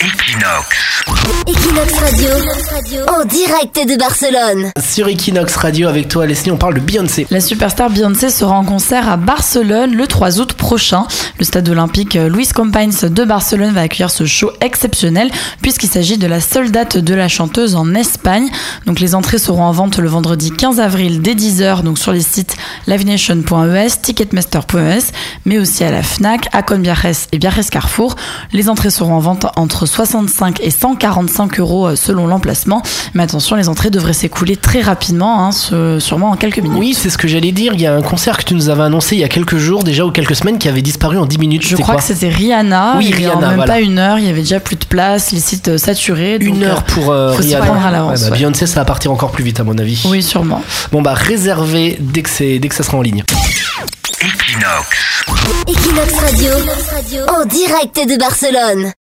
Equinox. Equinox Radio, en direct de Barcelone. Sur Equinox Radio avec toi Leslie, on parle de Beyoncé. La superstar Beyoncé sera en concert à Barcelone le 3 août prochain. Le stade olympique euh, Luis Companys de Barcelone va accueillir ce show exceptionnel puisqu'il s'agit de la seule date de la chanteuse en Espagne. Donc les entrées seront en vente le vendredi 15 avril dès 10h donc sur les sites E livenation.es, ticketmaster.es E mais aussi à la Fnac, à Conviajes et Viajes Carrefour. Les entrées seront en vente entre 65 et 145 euros euh, selon l'emplacement. Mais attention, les entrées devraient s'écouler très rapidement, hein, ce- sûrement en quelques minutes. Oui, c'est ce que j'allais dire. Il y a un concert que tu nous avais annoncé il y a quelques jours déjà ou quelques semaines qui avait disparu en 10 minutes. Je C'était crois quoi que c'était Rihanna. Oui, Il y a Rihanna, Même voilà. pas une heure, il y avait déjà plus de place, les sites euh, saturés. donc, une euh, heure pour euh, faut s'y Rihanna. prendre à l'avance, ouais. Beyoncé, ça va partir encore plus vite à mon avis. oui, sûrement. Bon bah réservé dès que c'est dès que ça sera en ligne. Equinox. Equinox Radio, en direct de Barcelone.